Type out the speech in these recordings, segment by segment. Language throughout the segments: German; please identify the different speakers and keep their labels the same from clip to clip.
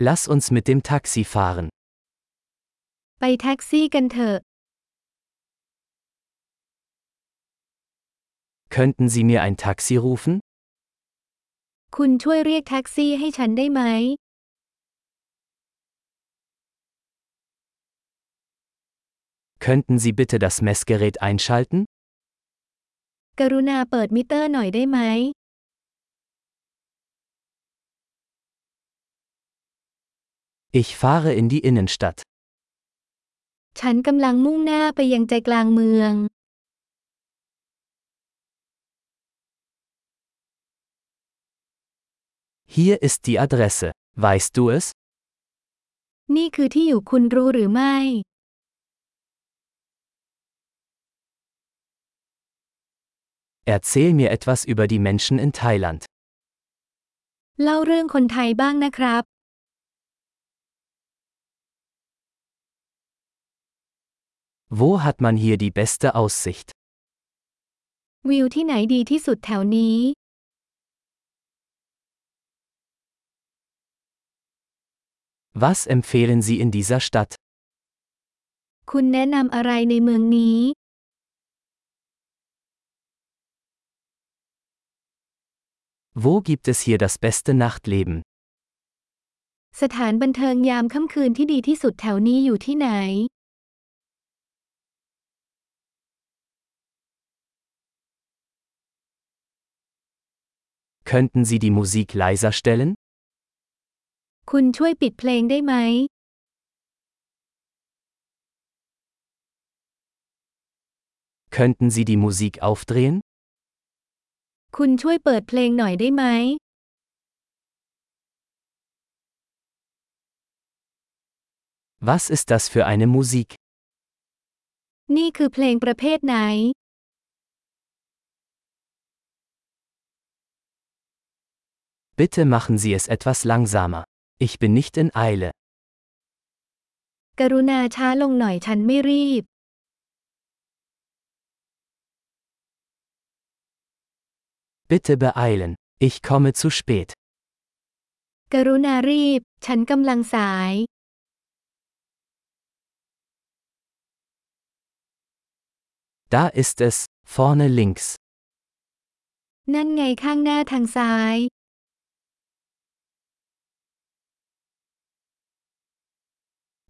Speaker 1: Lass uns mit dem Taxi fahren.
Speaker 2: ไปแท็กซี่กันเถอะ
Speaker 1: Könnten Sie mir ein Taxi rufen?
Speaker 2: คุณช่วยเรียกแท็กซี่ให้ฉันได้ไหม
Speaker 1: Könnten Sie bitte das Messgerät einschalten?
Speaker 2: กรุณาเปิดมิเตอร์หน่อยได้ไหม
Speaker 1: Ich fahre in die Innenstadt.
Speaker 2: ฉันกำลังมุ่งหน้าไปยังใจกลางเมือง
Speaker 1: Hier ist die Adresse. Weißt du es?
Speaker 2: นี่คือที่อยู่คุณรู้หรือไม่
Speaker 1: Erzähl mir etwas über die Menschen in Thailand.
Speaker 2: เล่าเรื่องคนไทยบ้างนะครับ
Speaker 1: Wo hat man hier die beste Aussicht?
Speaker 2: วิวที่ไหนดีที่สุดแถวนี้
Speaker 1: Was empfehlen Sie in dieser Stadt?
Speaker 2: คุณแนะนำอะไรในเมืองนี้
Speaker 1: Wo gibt es hier das beste Nachtleben?
Speaker 2: สถานบันเทิงยามค่ำคืนที่ดีที่สุดแถวนี้อยู่ที่ไหน
Speaker 1: Könnten Sie die Musik leiser stellen?
Speaker 2: คุณช่วยปิดเพลงได้ไหม
Speaker 1: Könnten Sie die Musik aufdrehen?
Speaker 2: คุณช่วยเปิดเพลงหน่อยได้ไหม
Speaker 1: Was ist das für eine Musik?
Speaker 2: นี่คือเพลงประเภทไหน
Speaker 1: Bitte machen Sie es etwas langsamer. Ich bin nicht in Eile.
Speaker 2: กรุณาช้าลงหน่อยฉันไม่รีบ
Speaker 1: Bitte beeilen. Ich komme zu spät.
Speaker 2: กรุณารีบ ฉันกำลังสาย
Speaker 1: Da ist es, vorne links.
Speaker 2: นั่นไงข้างหน้าทางซ้าย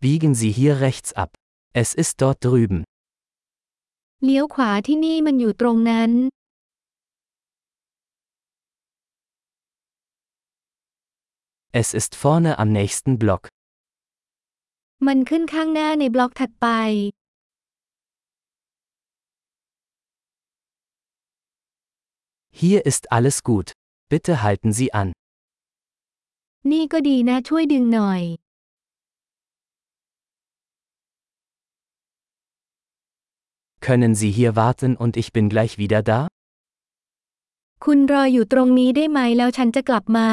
Speaker 1: Biegen Sie hier rechts ab. Es ist dort drüben.
Speaker 2: เลี้ยวขวาที่นี่มันอยู่ตรงนั้น
Speaker 1: Es ist vorne am nächsten Block.
Speaker 2: มันขึ้นข้างหน้าในบล็อกถัดไป
Speaker 1: Hier ist alles gut. Bitte halten Sie an.
Speaker 2: นี่ก็ดีนะช่วยดึงหน่อย
Speaker 1: Können Sie hier warten und ich bin gleich wieder da?
Speaker 2: คุณรออยู่ตรงนี้ได้ไหมแล้วฉันจะกลับมา